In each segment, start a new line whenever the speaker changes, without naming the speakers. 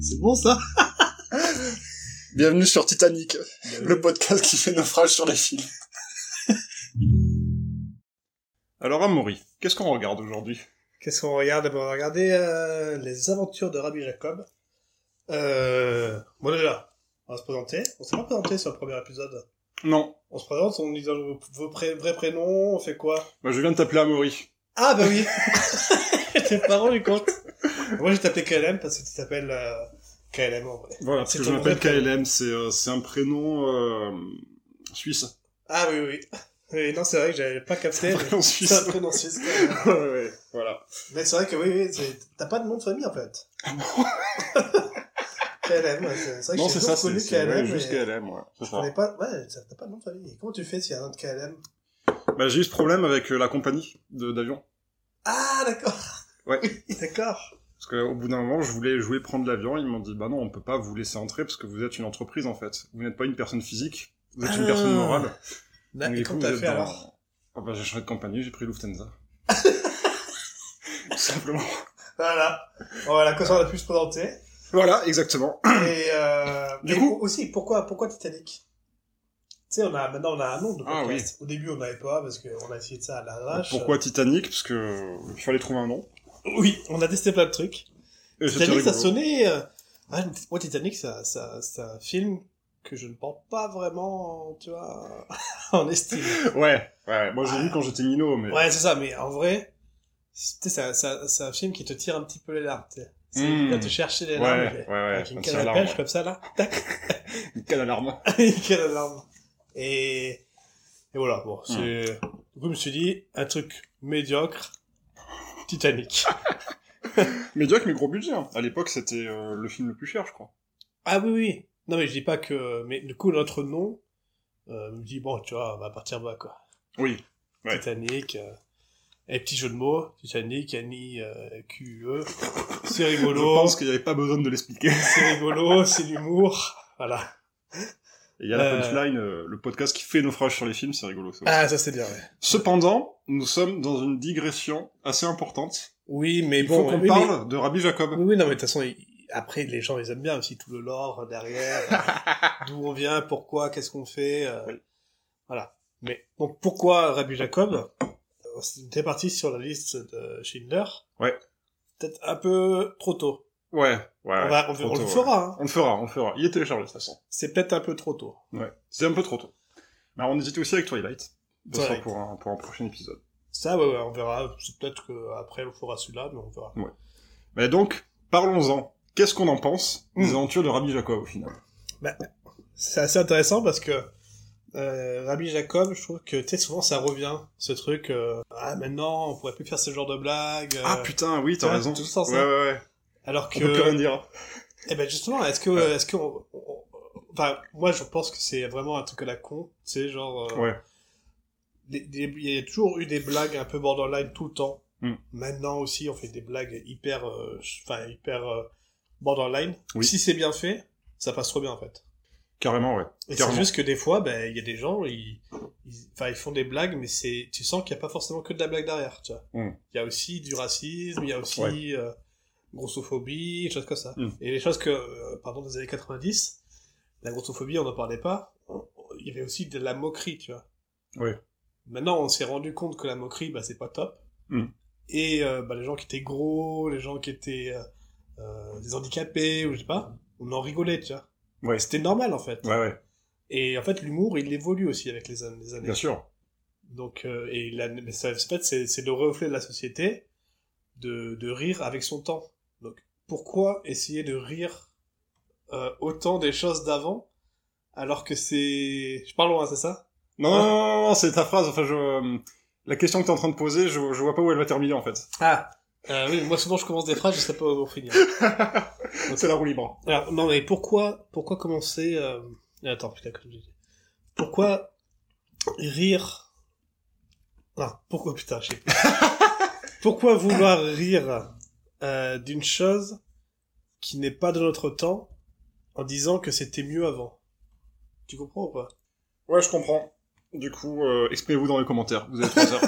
C'est bon ça
Bienvenue sur Titanic,
Bah
le podcast qui fait naufrage sur les films.
Alors Amaury, qu'est-ce qu'on regarde aujourd'hui
Qu'est-ce qu'on regarde Ben, On va regarder euh, les aventures de Rabbi Jacob. Euh, bon déjà, on va se présenter. On s'est pas présenté sur le premier épisode.
Non,
On se présente, on dit vos, vos pré- vrais prénoms, on fait quoi
bah, je viens de t'appeler Amaury.
Ah bah oui J'étais pas rendu compte. Moi je t'appelais KLM parce que tu t'appelles euh, KLM en vrai.
Voilà, parce
C'est
que je
ton
m'appelle
vrai
KLM, c'est euh, c'est un prénom euh, suisse.
Ah oui oui. Oui, non c'est vrai que j'avais pas capté.
Un prénom
mais
suisse.
C'est un prénom suisse.
Ouais, ouais, voilà.
Mais c'est vrai que oui, oui, c'est- t'as pas de nom de famille en fait. KLM, ouais, c'est c'est vrai que
Non,
j'ai
c'est ça,
toujours
c'est
connu
c'est- ouais,
KLM.
juste
mais
KLM, ouais. c'est
Je
ça.
connais pas, ouais, ça- t'as pas de nom de famille. Comment tu fais s'il y a un autre KLM
Bah, j'ai eu ce problème avec euh, la compagnie de- d'avion.
Ah, d'accord.
Ouais.
D'accord.
Parce qu'au bout d'un moment, je voulais, je voulais prendre l'avion, ils m'ont dit, bah non, on peut pas vous laisser entrer parce que vous êtes une entreprise en fait. Vous n'êtes pas une personne physique, vous êtes une
Ah.
personne morale.
Là,
Donc,
et
du
comment
coup,
t'as
vous êtes
fait
dans-
alors
Ah bah, J'ai changé de compagnie, j'ai pris Lufthansa. Tout simplement.
Voilà. Voilà, comme ça on a pu se présenter.
Voilà, exactement.
Et, euh,
Du
et
coup-
pour- aussi, pourquoi, pourquoi Titanic Tu sais, on a, maintenant on a un nom de
Ah
podcast. Au début on n'avait pas parce qu'on a essayé de ça à l'arrache.
Euh, Pourquoi Titanic Parce que euh, il fallait trouver un nom.
Oui, on a testé plein de trucs.
Et c'était
Titanic, ça
rigolo.
sonnait. euh, ah, moi, Titanic, ça, ça, c'est un film que je ne porte pas vraiment, tu vois, en estime.
Ouais, ouais. Moi, j'ai vu quand j'étais minot, mais.
Ah. Ouais, c'est ça, mais en vrai, c'est tu sais, c'est un- c'est un, c'est un film qui te tire un petit peu les larmes, tu sais. C'est
Mm.
il va te chercher les
ouais,
larmes.
ouais,
mais
ouais,
Avec
ça
une
me
canne
tire
à
l'arme,
pêche
ouais.
comme ça, là. Tac,
Une canne à larme.
une canne à larmes. Et, et voilà, bon,
Hmm.
c'est, du coup, je me suis dit, un truc médiocre, Titanic.
Médiocre, mais gros budget. hein. À l'époque, c'était euh, le film le plus cher, je crois.
Ah oui, oui. Non, mais je dis pas que. Mais du coup, notre nom euh, me dit, bon, tu vois, on va partir bas, quoi.
Oui. Ouais.
Titanic. euh, Et petit jeu de mots, Titanic, Annie, euh, QE. C'est rigolo,
Je pense qu'il n'y avait pas besoin de l'expliquer.
c'est rigolo, c'est l'humour. Voilà.
Et il y a la
Euh.
punchline, euh, le podcast qui fait naufrage sur les films, c'est rigolo. Ça. aussi.
Ah, ça c'est bien, ouais.
Cependant, nous sommes dans une digression assez importante.
Oui, mais
Il
bon.
faut qu'on
oui,
parle de Rabbi
mais-
Jacob.
Oui, oui, non, mais de toute façon, il- après, les gens, ils aiment bien aussi tout le lore derrière. euh, D'où on vient, pourquoi, qu'est-ce qu'on fait. euh,
Oui.
Voilà. Mais donc, pourquoi Rabbi Jacob C'était parti sur la liste de Schindler.
Ouais.
Peut-être un peu trop tôt.
Ouais, Ah ouais.
on, va, on,
trop
on le
tôt,
fera, hein.
On le fera, on le fera. Il est téléchargé, de toute façon.
C'est peut-être un peu trop tôt.
Ouais. C'est un peu trop tôt. Mais on hésitait aussi avec Twilight. Ce sera
Twilight.
pour un, pour un prochain épisode.
Ça, ouais, ouais, on verra. C'est peut-être qu'après, on fera celui-là, mais on verra.
Mais donc, parlons-en. Qu'est-ce qu'on en pense des
Hmm.
aventures de Rabbi Jacob au final
C'est assez intéressant parce que euh, Rabbi Jacob, je trouve que, tu sais, souvent, ça revient, ce truc. euh, ah, maintenant, on pourrait plus faire ce genre de blague. euh,
Ah putain, oui,
ouais,
t'as raison.
tout le sens,
ouais,
hein.
ouais, ouais.
alors
On peut plus rien
que...
dire.
Eh ben, justement, est-ce que...
Ouais.
Est-ce que on- on- on- Enfin, moi, je pense que c'est vraiment un truc à la con. Tu sais, genre... euh,
Ouais.
des- des- Il y a toujours eu des blagues un peu borderline tout le temps.
Hmm.
Maintenant aussi, on fait des blagues hyper, euh, ch- enfin hyper euh, borderline.
Oui.
Si c'est bien fait, ça passe trop bien en fait.
Carrément, ouais.
Et c'est
Carrément.
juste que des fois, ben, il y a des gens, ils, ils- enfin, ils font des blagues, mais c'est, tu sens qu'il n'y a pas forcément que de la blague derrière, tu vois.
Hmm.
Il y a aussi du racisme, il y a aussi
Ouais.
euh, grossophobie, des choses comme ça.
Hmm.
Et les choses que, euh, pardon, des années 90, la grossophobie, on n'en parlait pas. On- on- Il y avait aussi de la moquerie, tu vois.
Ouais.
Maintenant, on s'est rendu compte que la moquerie, bah, c'est pas top.
Hmm.
Et euh, bah, les gens qui étaient gros, les gens qui étaient euh, euh, des handicapés, ou je sais pas, on en rigolait, tu vois.
Ouais.
C'était normal, en fait.
Ouais, ouais,
Et en fait, l'humour, il évolue aussi avec les, an- les années.
bien sûr.
Donc, euh, et la, mais ça, en fait, c'est c'est le reflet de la société de, de rire avec son temps. Donc, pourquoi essayer de rire euh, autant des choses d'avant alors que c'est... Je parle loin, c'est ça
Non, non, non, non, non, c'est ta phrase. Enfin, je, euh, la question que t'es en train de poser, je, je vois pas où elle va terminer en fait.
Ah euh, Oui, moi souvent je commence des phrases, je sais pas où finir.
C'est la roue libre.
Alors, non, mais pourquoi, pourquoi commencer... euh, Attends, putain, comme je dis. Pourquoi rire... Ah, pourquoi, putain, je sais plus. Pourquoi vouloir rire euh, d'une chose qui n'est pas de notre temps en disant que c'était mieux avant Tu comprends ou pas
Ouais, je comprends. Du coup, euh, exprimez-vous dans les commentaires. Vous avez trois heures.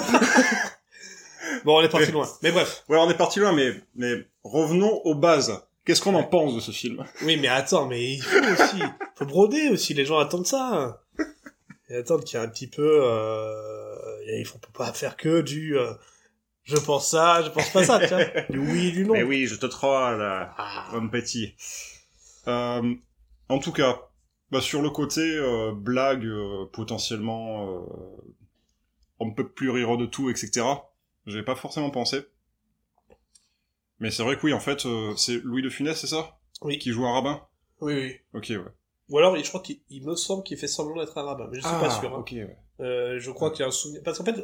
Bon, on est parti loin. Mais bref.
ouais, on est parti loin, mais, mais revenons aux bases. Qu'est-ce qu'on en pense de ce film
Oui, mais attends, mais il faut aussi, faut broder aussi. Les gens attendent ça. Ils attendent qu'il y ait un petit peu. Euh... Il faut pas faire que du. euh, Je pense ça, je pense pas ça. Tu vois du oui, du non.
Mais oui, je te troll, euh, homme petit. Euh, en tout cas, bah, sur le côté euh, blague euh, potentiellement, euh, on ne peut plus rire de tout, etc. J'avais pas forcément pensé. Mais c'est vrai que oui, en fait, euh, c'est Louis de Funès, c'est ça
Oui.
Qui joue un rabbin
Oui, oui.
Ok, ouais.
Ou alors, je crois qu'il il me semble qu'il fait semblant d'être un rabbin, mais je suis pas sûr. hein.
Ok, ouais.
Euh, je crois qu'il y a un souvenir. Parce qu'en fait,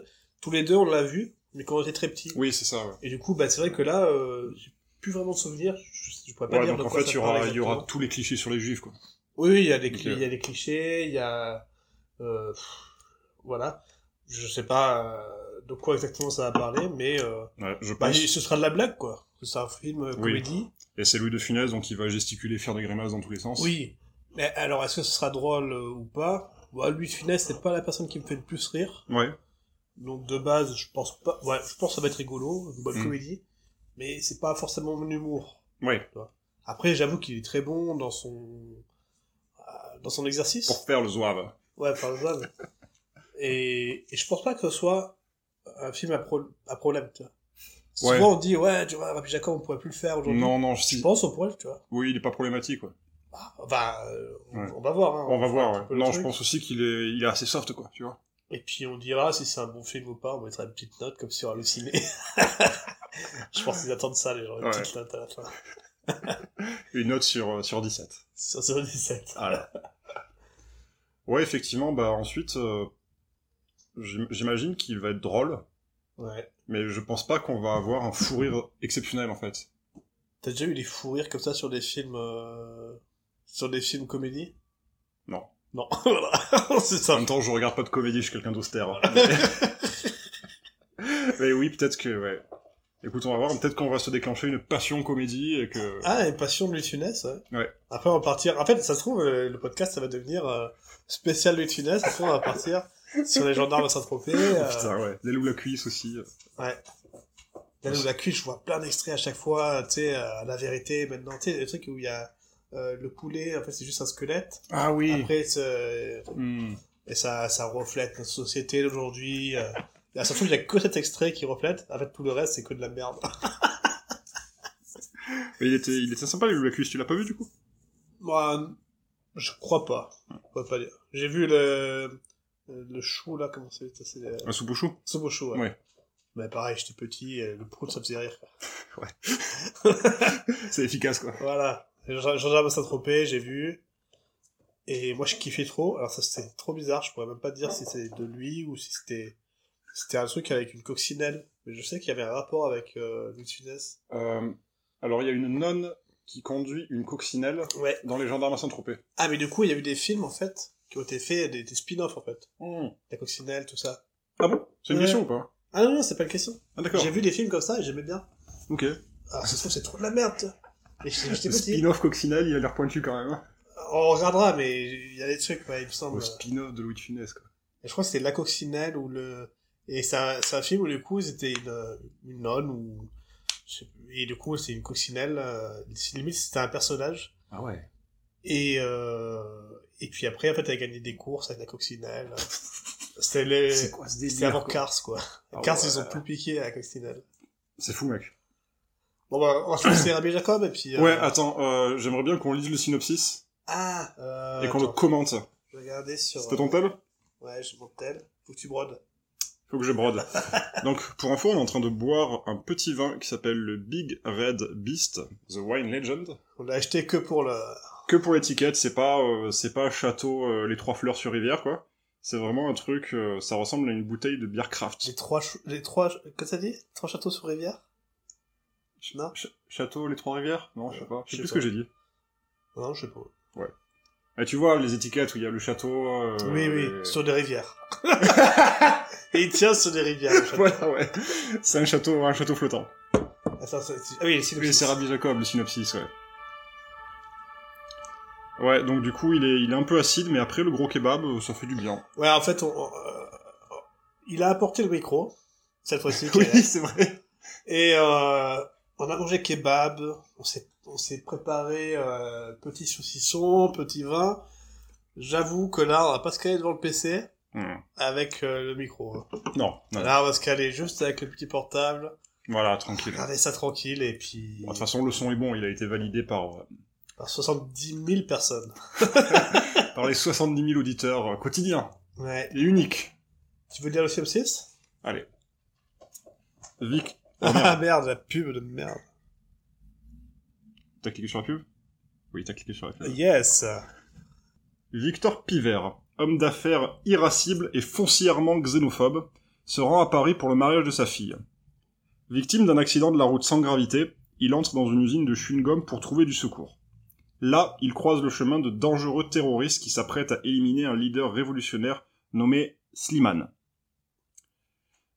tous les deux, on l'a vu, mais quand on était très petit.
Oui, c'est ça, ouais.
Et du coup, bah, c'est vrai que là, euh, j'ai plus vraiment de souvenirs. Je, je pourrais pas
Ouais,
dire
donc
de
en
quoi
fait,
ça
il y aura,
parle
il y aura
exactement.
tous les clichés sur les juifs, quoi.
Oui, oui, il y a des, cli-
Ok.
il y a des clichés, il y a... euh, pff, voilà. Je sais pas euh, de quoi exactement ça va parler, mais euh,
Ouais, je
bah,
pense.
il- ce sera de la blague, quoi. C'est un film euh,
Oui.
comédie.
Et c'est Louis de Funès, donc il va gesticuler, faire des grimaces dans tous les sens.
Oui. Mais alors, est-ce que ce sera drôle euh, ou pas bah, Lui, Funès, c'est pas la personne qui me fait le plus rire.
Ouais.
Donc, de base, je pense pas... Ouais, je pense que ça va être rigolo, une bonne
Mm.
comédie. Mais c'est pas forcément mon humour.
Ouais.
Après, j'avoue qu'il est très bon dans son... euh, Dans son exercice.
Pour faire le zouave.
Ouais, par exemple. Et, et je pense pas que ce soit un film à, pro- à problème, tu vois.
Ouais.
Souvent, on dit, ouais, tu vois, Rabbi Jacob, on pourrait plus le faire aujourd'hui.
Non, non,
Je
si.
pense, on pourrait, tu vois.
Oui, il est pas problématique, ouais.
Bah, bah, euh, on,
Ouais.
on va voir, hein.
On va voir,
un peu
ouais.
le
Non,
truc.
je pense aussi qu'il est, il est assez soft, quoi, tu vois.
Et puis, on dira si c'est un bon film ou pas, on mettra une petite note, comme sur Halluciné. je pense qu'ils attendent ça, les gens, une
Ouais.
petite note à la fin.
Une note sur, euh, sur 17.
Sur 17.
Voilà. ouais, effectivement, bah ensuite, euh, j'im- j'imagine qu'il va être drôle,
Ouais.
mais je pense pas qu'on va avoir un fou rire exceptionnel, en fait.
T'as déjà eu des fous rires comme ça sur des films, euh, sur des films comédies?
Non.
Non, voilà. c'est
En
ça.
même temps, je regarde pas de comédie, je suis quelqu'un d'austère. Mais... mais oui, peut-être que, ouais. Écoute, on va voir, peut-être qu'on va se déclencher une passion comédie et que...
Ah, et Passion de Louis de Funès, ouais.
Ouais.
Après, on va partir. En fait, ça se trouve, euh, le podcast, ça va devenir euh, spécial Louis de Funès. Après, on va partir sur les gendarmes à Saint-Tropez. euh,
oh, Putain, ouais. L'aile ou la cuisse aussi.
Là, nous, la cuisse, je vois plein d'extraits à chaque fois, tu sais, euh, la vérité, maintenant, tu sais, le truc où il y a euh, le poulet, en fait, c'est juste un squelette.
Ah oui
Après, c'est, euh,
Hmm.
et ça, ça reflète notre société d'aujourd'hui. Euh... Là, ça se trouve, il y a que cet extrait qui reflète. En fait, tout le reste, c'est que de la merde.
Mais il était, il était sympa, le Lacus, tu l'as pas vu du coup
Moi, je crois pas. Je crois pas dire. J'ai vu le, le chou, là, comment c'est, ça, c'est le
Un soupe au chou
Sobo chou, ouais.
Ouais.
Mais pareil, j'étais petit, euh, le prout, ça me faisait rire. quoi.
C'est efficace quoi.
Voilà. Jean- Jean-Jacques Saint-Tropez, j'ai vu. Et moi, je kiffais trop. Alors ça, c'était trop bizarre. Je pourrais même pas dire si c'était de lui ou si c'était... C'était un truc avec une coccinelle. Mais je sais qu'il y avait un rapport avec euh, Louis de Funès.
Euh, alors il y a une nonne qui conduit une coccinelle
Ouais.
dans les gendarmes à Saint-Tropez.
Ah, mais du coup, il y a eu des films, en fait, qui ont été faits, des, des spin-offs, en fait. La coccinelle, tout ça.
Ah bon C'est
Hmm.
une
Ouais.
question ou pas
Ah non, non, c'est pas une question.
Ah d'accord.
J'ai vu des films comme ça et j'aimais bien.
Ok.
Alors, ça se trouve, c'est trop de la merde, tu vois. Mais j'étais j'étais
Le
petit.
spin-off coccinelle, il a l'air pointu quand même. hein.
On regardera, mais il y a des trucs, ouais, il me semble.
Le spin-off de Louis de Funès quoi.
Et je crois que c'était La Coccinelle ou le. Et c'est un, c'est un film où, du coup, c'était une, euh, une nonne ou. je sais plus. Et du coup, c'est une coccinelle. euh, c'est- Limite, c'était un personnage.
Ah ouais.
Et, euh, et puis après, en fait, elle a gagné des courses avec la coccinelle. C'était le.
quoi ce
C'était avant Cars, quoi.
Ah
Cars,
ouais.
ils ont tout piqué à la coccinelle.
C'est fou mec.
Bon, bah, on va se lancer Rabbi Jacob et puis. euh,
Ouais, attends, euh, j'aimerais bien qu'on lise le synopsis
Ah euh,
et qu'on le
attends,
commente.
je vais regarder sur. euh,
C'était ton tel
Ouais, j'ai mon tel. Faut que tu brodes.
Faut que je brode. Donc, pour info, on est en train de boire un petit vin qui s'appelle le Big Red Beast, The Wine Legend.
On l'a acheté que pour le.
que pour l'étiquette, c'est pas euh, c'est pas château euh, les trois fleurs sur rivière quoi. C'est vraiment un truc, euh, ça ressemble à une bouteille de bière craft.
Les trois. ch- Les trois. Qu'est-ce que t'as dit Trois châteaux sur rivière Non.
Ch- château les trois rivières Non, je sais pas. Je sais
Je
plus ce
sais
que
pas.
j'ai dit.
Non, je sais
Euh,
pas.
Et tu vois les étiquettes où il y a le château. euh,
oui, oui,
les-
sur des rivières. Et il tient sur des rivières. en fait.
voilà ouais. C'est un château un château flottant.
Attends, ça- c'est- ah oui, c'est
Oui, c'est Rabbi Jacob le synopsis ouais. Ouais, donc du coup il est il est un peu acide, mais après le gros kebab euh, ça fait du bien.
Ouais, en fait, on, on- euh, il a apporté le micro, cette fois-ci.
Oui,
Kenneth.
c'est vrai.
Et euh, on a mangé kebab, on s'est, on s'est préparé euh, petit saucisson, petit vin. J'avoue que là, on va pas se caler devant le PC
Hmm.
avec euh, le micro. hein.
Non, non.
Là, on va se caler juste avec le petit portable.
Voilà, tranquille. Bon,
Regardez ça tranquille et puis
De toute façon, le son est bon, il a été validé par, euh,
par 70 000 personnes.
par les 70 000 auditeurs euh, quotidiens
Ouais.
et uniques.
Tu veux dire le CM6
Vic, Oh, merde.
Ah merde, la pub de merde.
t'as cliqué sur la pub Oui, t'as cliqué sur la pub.
Yes.
Victor Pivert, homme d'affaires irascible et foncièrement xénophobe, se rend à Paris pour le mariage de sa fille. Victime d'un accident de la route sans gravité, il entre dans une usine de chewing-gum pour trouver du secours. Là, il croise le chemin de dangereux terroristes qui s'apprêtent à éliminer un leader révolutionnaire nommé Slimane.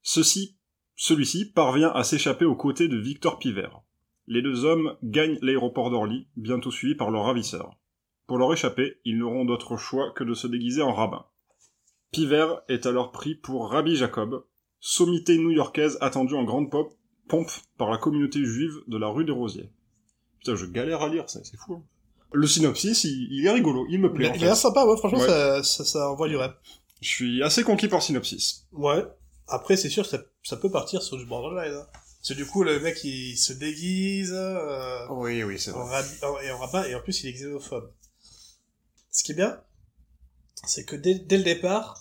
Ceci, celui-ci parvient à s'échapper aux côtés de Victor Pivert. Les deux hommes gagnent l'aéroport d'Orly, bientôt suivis par leur ravisseur. Pour leur échapper, ils n'auront d'autre choix que de se déguiser en rabbin. Pivert est alors pris pour Rabbi Jacob, sommité new-yorkaise attendue en grande pop- pompe par la communauté juive de la rue des Rosiers. Putain, je galère à lire ça, c'est fou. hein. Le synopsis, il, il est rigolo, il me
Il
plaît. en
est
fait.
sympa, ouais, franchement,
Ouais.
Ça, ça, ça envoie du rap.
Je suis assez conquis par le synopsis.
Ouais. Après, c'est sûr, ça, ça peut partir sur du borderline. Hein. Parce que du coup, le mec, il se déguise, euh,
Oui, oui, c'est
en rabi- en- et en rabbin, et en plus, il est xénophobe. Ce qui est bien, c'est que dès, dès le départ,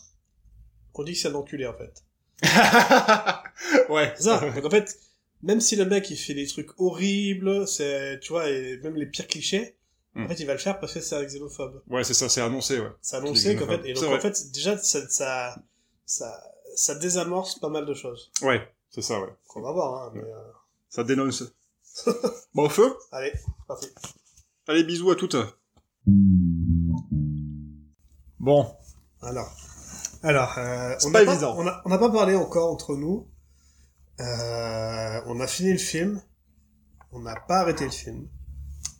on dit que c'est un enculé, en fait.
ouais.
C'est ça. Donc, en fait, même si le mec, il fait des trucs horribles, c'est, tu vois, et même les pires clichés, en
Hmm.
fait, il va le faire parce que c'est un xénophobe.
Ouais, c'est ça, c'est annoncé, ouais.
C'est annoncé qu'en fait, et
C'est
donc,
vrai.
en fait, déjà, ça, ça, ça, ça désamorce pas mal de choses.
Ouais, c'est ça, ouais.
Qu'on va voir, hein, mais, euh,
Ça dénonce. bon, au feu
allez, parti.
Allez, bisous à toutes. Bon,
Alors, alors euh,
C'est
on
pas
n'a pas
évident.
on n'a- on n'a pas parlé encore entre nous. Euh, on a fini le film. On n'a pas arrêté le film.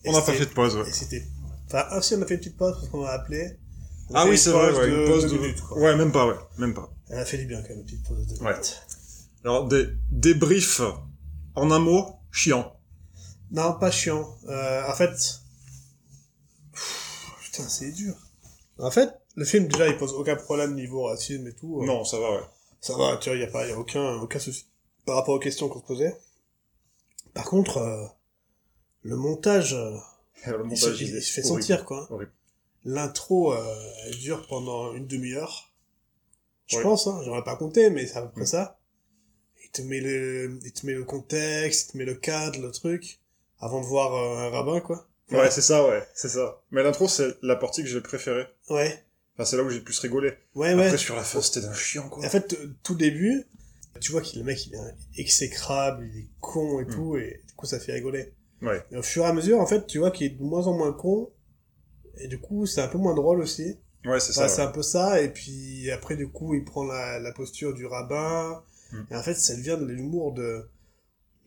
Et
on n'a pas
c'était-
fait de pause, ouais.
Et c'était. Enfin, ah si, on a fait une petite pause parce qu'on m'a appelé. On a
Ah
fait
oui,
une
c'est vrai,
pause
ouais,
de
une pause
deux
de...
minutes, quoi.
Ouais, même pas, ouais, même pas.
Elle a fait du bien quand même, une petite pause de deux
Ouais.
minutes.
Alors, des débriefs, en un mot, chiant.
Non, pas chiant. Euh, en fait. Pff, Putain, c'est dur. En fait, le film, déjà, il pose aucun problème niveau racisme et tout. Euh,
Non, ça va, ouais.
Ça va, tu vois, il n'y a, pas- y a aucun, aucun souci par rapport aux questions qu'on se posait. Par contre, euh, le montage, euh,
Le
il, se, il- il se fait sentir, quoi.
Horrible.
L'intro, euh, elle dure pendant une demi-heure. Je
Ouais. Mm.
pense, hein, j'aurais pas compté, mais c'est à peu près ça. Il te, met le, il te met le contexte, il te met le cadre, le truc, avant de voir euh, un rabbin, quoi.
Ouais, c'est ça, ouais, c'est ça. Mais l'intro, c'est la partie que j'ai préférée.
Ouais,
Enfin, c'est là où j'ai le plus rigolé.
ouais, Eh ouais.
Après, sur la fin, Oh, c'était d'un chiant, quoi.
En fait, t- tout début, tu vois que le mec, il est exécrable, il est con et
Mm.
tout, et du coup, ça fait rigoler.
Ouais.
Et au fur et à mesure, en fait, tu vois qu'il est de moins en moins con, et du coup, c'est un peu moins drôle aussi.
Ouais, c'est
Enfin,
ça,
c'est
ouais.
un peu Bah, ça, et puis après, du coup, il prend la, la posture du rabbin,
Mm.
et en fait, ça devient de l'humour de...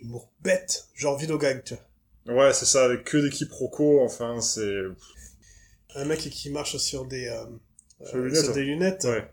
l'humour bête, genre vidogag, tu vois.
Ouais, c'est ça, avec que des quiproquos, enfin, c'est...
Un mec qui marche sur des... euh, euh,
Sur les lunettes, hein.
sur des lunettes,
Ouais,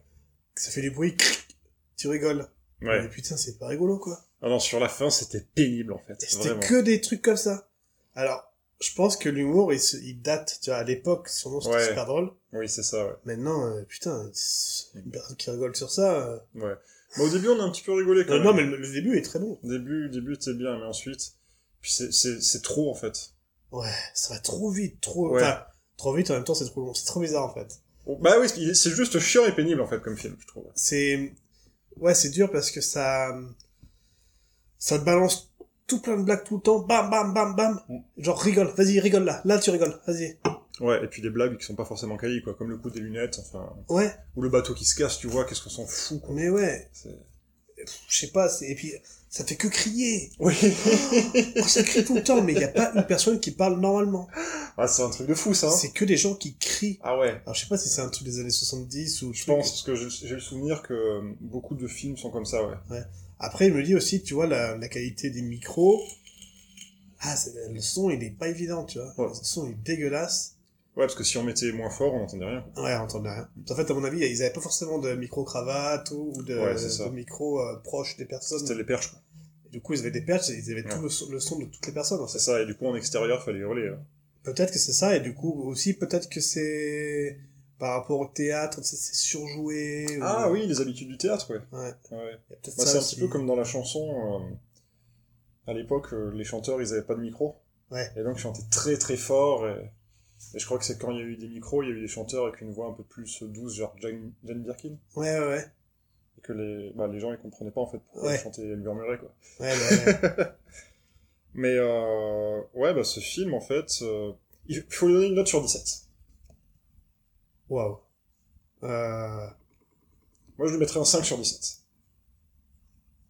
ça fait du bruit, cric, tu rigoles.
ouais.
Mais putain, c'est pas rigolo, quoi.
Ah non, sur la fin, c'était pénible, en fait.
Et C'était
Vraiment.
que des trucs comme ça. Alors, je pense que l'humour, il, se- il date, tu vois, à l'époque, sûrement c'était
Ouais.
super drôle.
Oui, c'est ça, ouais.
Maintenant, euh, putain, c'est- une personne qui rigole sur ça. euh.
Ouais. Bah, au début, on a un petit peu rigolé quand
Non,
même.
non, mais le, le début est très bon.
Début, début, c'est bien, mais ensuite, puis c'est- c'est c'est trop en fait.
Ouais, ça va trop vite, trop.
Ouais.
Enfin, trop vite en même temps, c'est trop long. C'est trop bizarre en fait.
Oh, Bah oui, c'est c'est juste chiant et pénible en fait comme film, je trouve.
C'est. Ouais, c'est dur parce que ça. Ça te balance tout plein de blagues tout le temps. Bam, bam, bam, bam.
Mm.
Genre, rigole, vas-y, rigole là. Là, tu rigoles, vas-y.
Ouais, et puis des blagues qui sont pas forcément quali, quoi, comme le coup des lunettes, enfin,
Ouais,
ou le bateau qui se casse, tu vois, qu'est-ce qu'on s'en fout, quoi.
mais ouais.
C'est-
Je sais pas, c'est- et puis, ça fait que crier.
Oui.
Oh, ça crie tout le temps, mais il n'y a pas une personne qui parle normalement.
ah, c'est un truc de fou, ça. Hein
C'est que des gens qui crient.
ah ouais.
Alors, je sais pas si c'est un truc des années 70 ou...
Je pense parce que j'ai j'ai le souvenir que euh, beaucoup de films sont comme ça, ouais.
Après, il me dit aussi, tu vois, la, la qualité des micros... Ah, c'est- le son, il est pas évident, tu vois.
Ouais.
Le son, il est dégueulasse.
Ouais, parce que si on mettait moins fort, on n'entendait rien. quoi.
Ouais, on entendait rien. En fait, à mon avis, ils avaient pas forcément de micro-cravate ou, ou de,
Ouais, c'est ça.
de micro euh, proche des personnes.
C'était les perches, quoi.
Du coup, ils avaient des patchs et ils avaient
Ouais.
tout le, son- le son de toutes les personnes. en fait.
C'est ça, et du coup en extérieur fallait hurler. hein.
Peut-être que c'est ça, et du coup, aussi, peut-être que c'est par rapport au théâtre, c'est c'est surjoué. ou-
Ah oui, les habitudes du théâtre, ouais.
Ouais.
Ouais.
Il y a peut-être ça
Bah, c'est un
aussi.
petit peu comme dans la chanson. euh, à l'époque, euh, les chanteurs, ils avaient pas de micro.
Ouais.
Et donc, ils chantaient très très fort. Et, et je crois que c'est quand il y a eu des micros, il y a eu des chanteurs avec une voix un peu plus douce, genre Jane, Jane Birkin.
Ouais, ouais, ouais.
Et que les, bah, les gens, ils comprenaient pas en fait pourquoi
Ouais.
ils chantaient et ils murmuraient, quoi.
Ouais, ouais, ouais.
Mais euh, ouais, bah, ce film, en fait, euh, il faut lui donner une note sur 17.
Waouh. Euh,
Moi, je lui mettrais un 5 sur 17.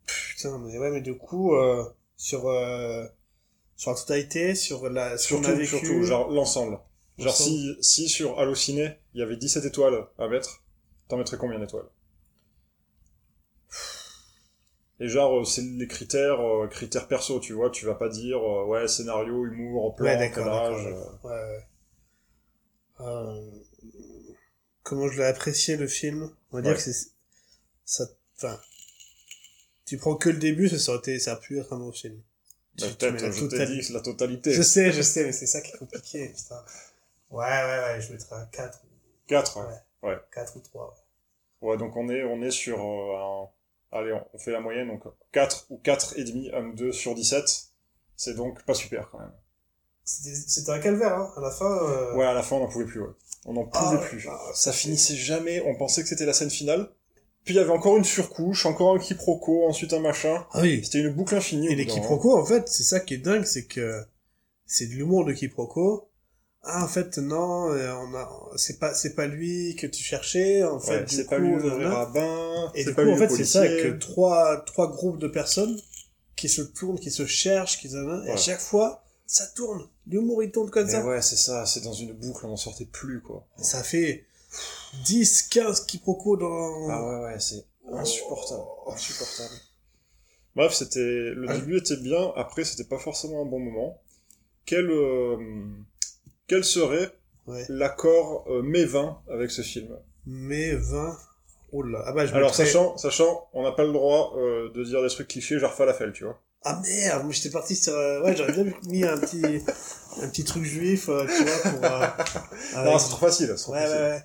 Putain, mais ouais, mais du coup, euh, sur, euh, sur la totalité, sur la, sur
Surtout, surtout, genre l'ensemble. Genre, si, si sur Allociné, il y avait 17 étoiles à mettre, t'en mettrais combien d'étoiles Et genre, euh, c'est les critères, euh, critères perso, tu vois, tu vas pas dire, euh, ouais, scénario, humour, plan,
Ouais, d'accord,
cadrage,
d'accord, Ouais, ouais. Euh, comment je l'ai apprécié le film On va dire
Ouais.
que c'est ça. Enfin, tu prends que le début, ça aurait été, ça a pu être un bon film.
euh,
Tu- tu mets
peut-être,
la
je t'ai
totale-
dit, c'est la totalité.
Je sais, je sais, mais c'est ça qui est compliqué, putain. Ouais, ouais, ouais, je mettrais un 4,
4, ouais.
ouais.
Ouais.
4 ou 3.
Ouais, donc on est, on est sur euh, un... Allez, on, on fait la moyenne, donc 4 ou 4,5, un 2 sur 17, c'est donc pas super, quand même.
C'était c'était un calvaire, hein, à la fin. euh,
Ouais, à la fin, on n'en pouvait plus, ouais. On n'en
Ah,
pouvait plus.
ah,
ça finissait jamais, on pensait que c'était la scène finale. Puis il y avait encore une surcouche, encore un quiproquo, ensuite un machin.
Ah oui,
C'était une boucle infinie. au
Et
bout
les
d'un
quiproquos, en fait, c'est ça qui est dingue, c'est que c'est de l'humour de quiproquo. Ah, en fait, non, euh, on a, c'est pas, c'est pas lui que tu cherchais, en
moment. Ouais,
fait, du
c'est
coup,
pas lui le vrai
nanana.
rabbin,
Et
c'est
du
pas
coup,
lui
en
le
fait, c'est ça
policier.
que trois, trois groupes de personnes qui se tournent, qui se cherchent, qui se, et à
Ouais.
chaque fois, ça tourne. L'humour, il tourne comme
Mais
ça.
ouais, c'est ça, c'est dans une boucle, on n'en sortait plus, quoi.
Ça fait 10, 15 quiproquos dans... Oh,
Ah ouais, ouais, c'est insupportable, insupportable. Bref, c'était le début était bien, après c'était pas forcément un bon moment. Quel, euh, quel serait
Ouais.
l'accord euh, Mévin avec ce film
Mais 20... Oh là. Ah bah, je
Alors,
mettrais-
sachant, sachant, on n'a pas le droit euh, de dire des trucs clichés, genre falafel, tu vois.
Ah merde, moi j'étais parti sur. euh, ouais, j'aurais bien mis un petit, un petit truc juif, euh, tu vois, pour. euh, avec-
Non, c'est trop facile. c'est trop
ouais, ouais,
facile.
ouais.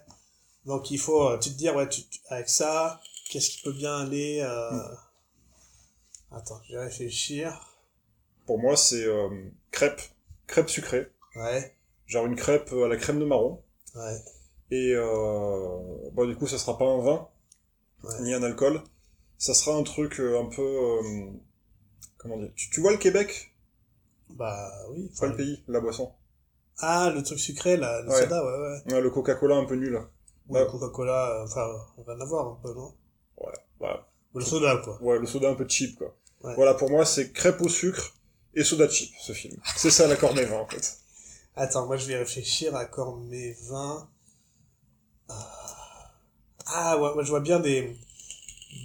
Donc il faut, euh, tu te dire, ouais, tu, tu- avec ça, qu'est-ce qui peut bien aller. euh,
Hmm.
Attends, je vais réfléchir.
Pour moi, c'est euh, crêpe, crêpe sucrée,
Ouais,
genre une crêpe euh, à la crème de marron.
ouais.
Et euh, bah, du coup, ça sera pas un vin,
Ouais.
ni un alcool. Ça sera un truc euh, un peu. euh, comment dire tu, tu vois le Québec
Bah oui.
Pas
enfin,
le pays, la boisson.
Ah, le truc sucré, là, le
Ouais.
soda, ouais, ouais.
Ouais, le Coca-Cola un peu nul.
Ou
Bah.
le Coca-Cola, euh, enfin, on va en avoir un peu, non
Voilà.
Ou le soda, quoi.
Bah, Ouais, le soda un peu cheap, quoi.
Ouais.
Voilà, pour moi, c'est crêpe au sucre et soda cheap, ce film. C'est ça l'accord Mévin, en fait.
Attends, moi je vais réfléchir à quand mes 20. Ah. Ah ouais, moi je vois bien des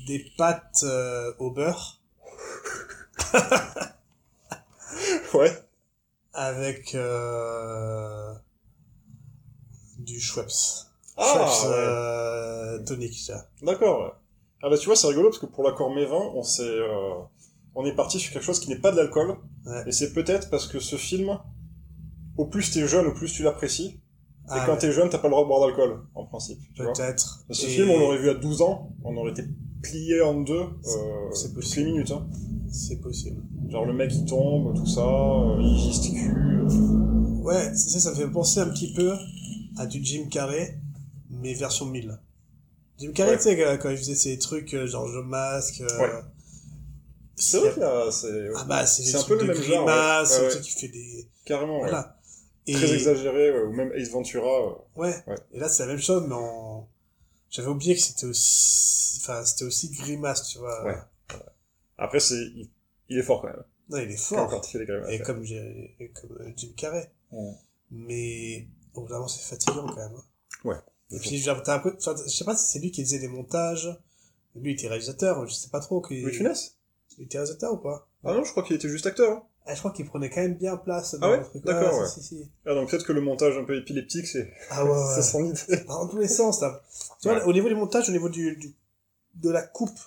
des pâtes euh, au beurre
Ouais.
avec euh, du Schweppes.
Ah,
Schweppes
ouais.
euh, tonique ça.
D'accord. ouais. Ah bah tu vois, c'est rigolo parce que pour l'accord Mévin, on s'est, euh, on est parti sur quelque chose qui n'est pas de l'alcool.
Ouais.
Et c'est peut-être parce que ce film, au plus t'es jeune, au plus tu l'apprécies.
Ah,
et quand
ouais,
t'es jeune, t'as pas le droit de boire d'alcool, en principe. Tu vois.
peut-être.
Ce
Et
film, on l'aurait vu à 12 ans, on aurait été plié en deux, euh,
c'est
toutes les
possible.
minutes. Hein.
C'est possible.
Genre le mec il tombe, tout ça, euh, il gesticule.
Ouais, c'est ça, ça me fait penser un petit peu à du Jim Carrey, mais version 1000. Jim Carrey,
Ouais.
tu sais, quand- quand il faisait ces trucs, euh, genre je masque. euh,
Ouais. C'est vrai que là, c'est
Ah bah, c'est
C'est
des
un
trucs
peu
de
le même genre,
grimaces,
ouais. Ouais,
c'est
ouais.
truc qui fait des...
carrément ouais.
Voilà. Et...
très exagéré, ouais, ou même Ace Ventura. euh.
Ouais.
Ouais.
Et là, c'est la même chose, mais en... J'avais oublié que c'était aussi... Enfin, c'était aussi grimace, tu vois.
Ouais. Après, c'est, il, il est fort quand même.
Non, il est
Quand,
fort.
quand il fait les grimaces,
et
ouais.
comme, j'ai- et comme euh, Jim Carrey.
Ouais.
Mais... Au bout d'un moment, c'est fatigant, quand même. hein.
Ouais.
Et puis, j'ai t'as un peu... enfin, je sais pas si c'est lui qui faisait les montages. Lui, il était réalisateur, je sais pas trop. Qui...
Louis de Funès
Il était réalisateur ou pas
Ah non, je crois qu'il était juste acteur. hein.
Ah, je crois qu'il prenait quand même bien place dans
Ah ouais
le truc.
D'accord, ouais.
Si, si, si.
Ah donc peut-être que le montage un peu épileptique, c'est
Ah ouais, ouais.
c'est son idée.
dans tous les sens là. Tu vois,
Ouais.
au niveau du montage, au niveau du, du- de la coupe,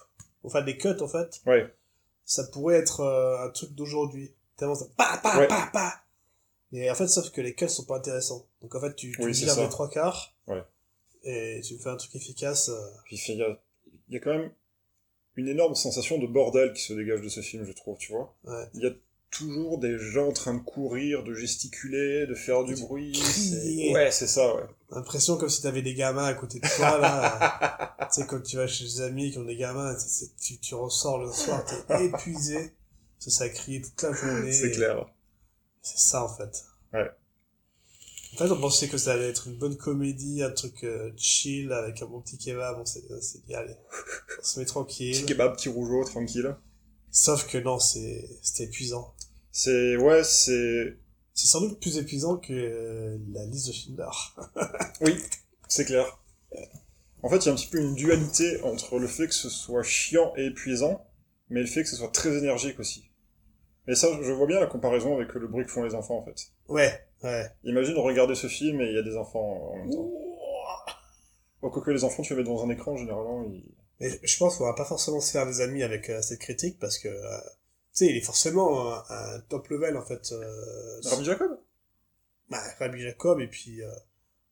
enfin des cuts en fait,
Ouais.
ça pourrait être euh, un truc d'aujourd'hui. Tellement ça, pa, pa,
Ouais.
pa, pa. Et en fait, sauf que les cuts sont pas intéressants. Donc en fait, tu, tu
Oui, c'est
divises
ça.
les trois quarts.
Ouais.
Et tu fais un truc efficace. euh,
Puis il y a, il y a quand même une énorme sensation de bordel qui se dégage de ce film, je trouve, tu vois.
Ouais.
Il y a toujours des gens en train de courir, de gesticuler, de faire du
De
bruit.
crier.
c'est- Ouais, c'est ça, ouais.
Impression comme si t'avais des gamins à côté de toi, là. tu sais, comme tu vas chez des amis qui ont des gamins, c'est- c'est- tu, tu ressors le soir, t'es épuisé. Ça, ça a crié toute la journée.
C'est clair.
C'est ça, en fait.
Ouais.
En fait, on pensait que ça allait être une bonne comédie, un truc euh, chill, avec un bon petit kebab. On s'est on s'est dit, allez, on se met
Petit
tranquille.
kebab, petit rougeau, tranquille.
Sauf que non, c'est c'était épuisant.
C'est, ouais, c'est,
C'est sans doute plus épuisant que euh, la liste de Schindler.
C'est clair. En fait, il y a un petit peu une dualité entre le fait que ce soit chiant et épuisant, mais le fait que ce soit très énergique aussi. Et ça, je vois bien la comparaison avec le bruit que font les enfants, en fait.
Ouais, ouais.
Imagine regarder ce film et il y a des enfants en même temps. Oh, quoique les enfants, tu les mets dans un écran, généralement, ils...
Mais je pense qu'on va pas forcément se faire des amis avec euh, cette critique parce que, euh, tu sais, il est forcément un, un top level en fait. Euh,
Rabbi Jacob
bah, Rabbi Jacob et puis euh,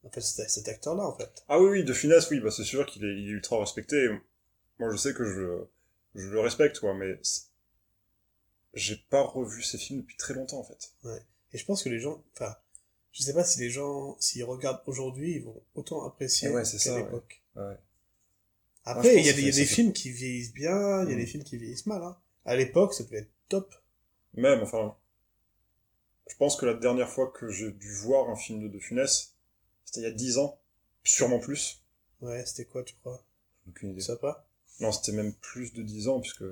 en fait cet, cet acteur-là en fait.
Ah oui, oui, de finesse, oui, bah c'est sûr qu'il est, il est ultra respecté. Moi, je sais que je, je le respecte, quoi, mais... c'est- J'ai pas revu ces films depuis très longtemps, en fait.
Et je pense que les gens, enfin, je sais pas si les gens, s'ils regardent aujourd'hui, ils vont autant apprécier
Eh ouais, c'est
qu'à
ça, ouais.
l'époque.
Ouais.
Après,
Ouais, je
il y a des,
pense que
il y a
ça
des
fait-
films qui vieillissent bien, il y a
Mm.
des films qui vieillissent mal. Hein. À l'époque, ça devait être top.
Même, enfin. Je pense que la dernière fois que j'ai dû voir un film de De Funès, c'était il y a 10 ans, sûrement plus.
Ouais, c'était quoi, tu crois
Aucune
Tu
idée.
sais pas
Non, c'était même plus de 10 ans, puisque.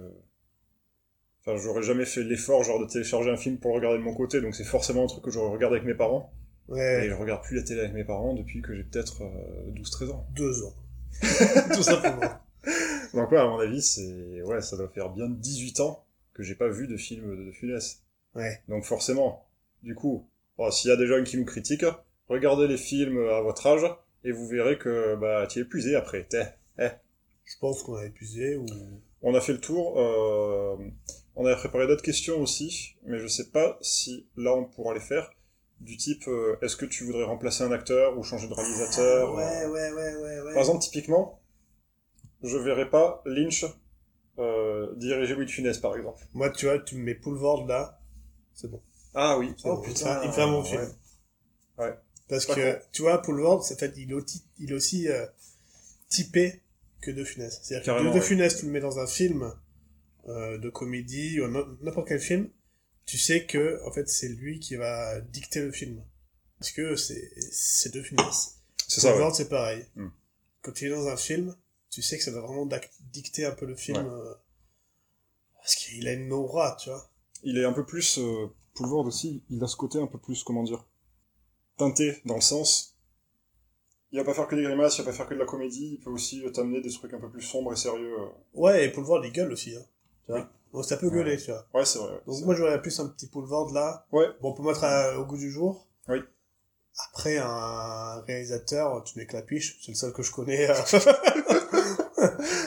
Enfin, j'aurais jamais fait l'effort, genre, de télécharger un film pour le regarder de mon côté, donc c'est forcément un truc que je regarde avec mes parents. Et
Ouais,
je regarde plus la télé avec mes parents depuis que j'ai peut-être euh, 12-13 ans.
deux ans. Tout simplement.
Donc, ouais, à mon avis, c'est. Ouais, ça doit faire bien 18 ans que j'ai pas vu de film de De Funès.
Ouais.
Donc forcément, du coup, bon, s'il y a des jeunes qui nous critiquent, regardez les films à votre âge et vous verrez que bah tu es épuisé après. T'es-
Je pense qu'on a épuisé ou...
On a fait le tour. euh, On a préparé d'autres questions aussi, mais je sais pas si là on pourra les faire. Du type, euh, est-ce que tu voudrais remplacer un acteur ou changer de réalisateur
Ah, Ouais,
euh,
ouais, ouais, ouais, ouais.
Par exemple, typiquement, je verrais pas Lynch euh, diriger Louis de Funès, par exemple.
Moi, tu vois, tu me mets Poulvord là, c'est bon.
Ah oui.
Oh, putain, il fait un bon film. Parce
Pas
que, tu vois, Poulvord, c'est fait, il est aussi, il est aussi euh, typé que De Funès. C'est-à-dire que
Carrément,
De, De
ouais.
Funès, tu le mets dans un film euh, de comédie ou n- n'importe quel film, tu sais que, en fait, c'est lui qui va dicter le film. Parce que c'est c'est De Funès. Pour
C'est ça,
le
ouais.
genre, c'est pareil.
Hmm.
Quand tu es dans un film, tu sais que ça va vraiment dac- dicter un peu le film.
Ouais.
euh, parce qu'il a une aura, tu vois.
il est un peu plus euh, Poulvord aussi, il a ce côté un peu plus, comment dire, teinté, dans le sens. Il va pas faire que des grimaces, il va pas faire que de la comédie, il peut aussi euh, t'amener des trucs un peu plus sombres et sérieux. euh.
Ouais, et Poulvord, il gueule aussi. Hein, tu vois. Donc ça peut
Ouais.
gueuler, tu vois.
Ouais, c'est vrai. ouais.
Donc
C'est-
moi, j'aurais plus un petit Poulvord là.
Ouais.
Bon, pour mettre à- au goût du jour.
Oui.
Après, un réalisateur, tu mets Clapiche, c'est le seul que je connais. euh,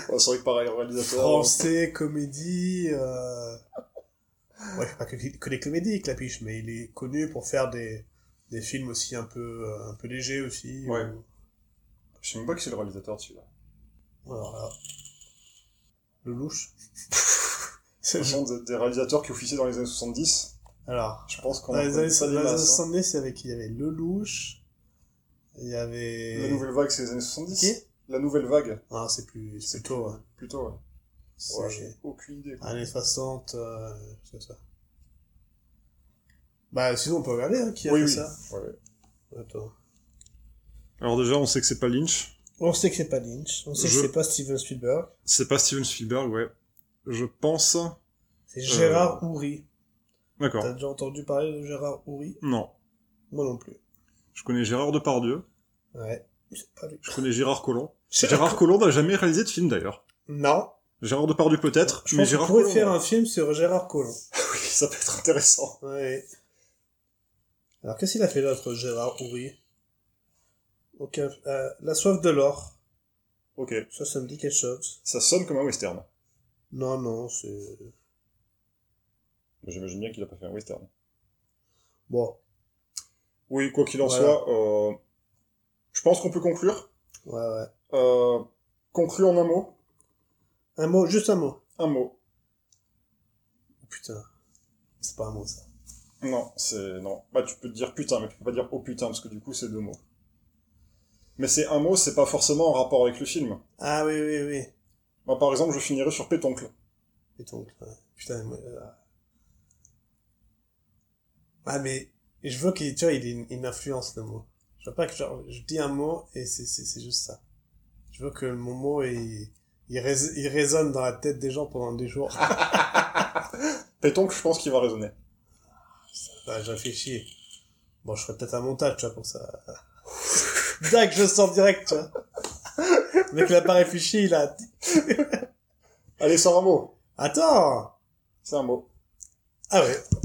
Ouais, c'est vrai que pareil, réalisateur.
français, comédie. Euh... Ouais, pas que, que des comédies, Clapiche, mais il est connu pour faire des, des films aussi un peu, euh, un peu légers aussi.
Ouais.
ou-
euh, Je sais même pas qui c'est le réalisateur de celui-là.
Alors là. Le louche.
C'est le genre de- des réalisateurs qui officiaient dans les années 70.
Alors,
Je pense qu'on
dans
a
les
connu
années
ça des
dans les années
masses, hein.
70, c'est avec il y avait Le louche. Il y avait.
La nouvelle vague, c'est les années 70.
Qui
La nouvelle vague,
Ah, c'est plus. C'est
C'est
plutôt. ouais.
plutôt, ouais.
C'est
Ouais, j'ai aucune idée.
années 60, euh, c'est ça. Bah, sinon, on peut regarder hein, qui a
Oui,
fait
oui.
ça.
Ouais.
Attends.
Alors déjà, on sait que c'est pas Lynch.
On sait que c'est pas Lynch, on sait
Je-
que c'est pas Steven Spielberg,
C'est pas Steven Spielberg, ouais. Je pense...
c'est Gérard
Euh,
Houry.
D'accord.
T'as déjà entendu parler de Gérard Houry
Non.
Moi non plus.
Je connais Gérard Depardieu.
Ouais, c'est pas lui.
Je connais Gérard Collomb.
Gérard
Gérard Collomb n'a jamais réalisé de film d'ailleurs.
Non,
Gérard Depardieu peut-être,
je
mais
pense qu'on
Gérard
pourrait
Collomb.
faire un film sur Gérard Collomb.
Oui, ça peut être intéressant.
Ouais. Alors, qu'est-ce qu'il a fait d'autre, Gérard Houry Aucun... euh, La soif de l'or,
Ok,
ça, ça me dit quelque chose.
ça sonne comme un western.
Non, non, c'est...
Mais J'imagine bien qu'il a pas fait un western.
Bon,
Oui, quoi qu'il en
Voilà.
soit, euh, je pense qu'on peut conclure.
ouais, ouais.
Euh, conclure en un mot.
Un mot, juste un mot. Oh,
Un mot.
Putain. C'est pas un mot, ça.
Non, c'est non. Bah tu peux te dire putain, mais tu peux pas dire oh putain parce que du coup c'est deux mots. Mais c'est un mot, c'est pas forcément en rapport avec le film.
Ah oui, oui, oui.
Moi par exemple, je finirais sur pétoncle.
Et donc, euh, putain, moi, euh, Ah, mais je veux qu'il, tu vois, il ait une, une influence, le mot. Je veux pas que, genre, je dis un mot et c'est, c'est, c'est juste ça. Je veux que mon mot, il, il, rés- il résonne dans la tête des gens pendant des jours. Ah,
Pétoncle, je pense qu'il va résonner.
bah, je réfléchis. Bon, je ferais peut-être un montage, tu vois, pour ça. Dac, je le sors direct, tu vois. Le mec, il a pas réfléchi, il a...
Allez, sors un mot.
Attends!
C'est un mot.
Ah ouais.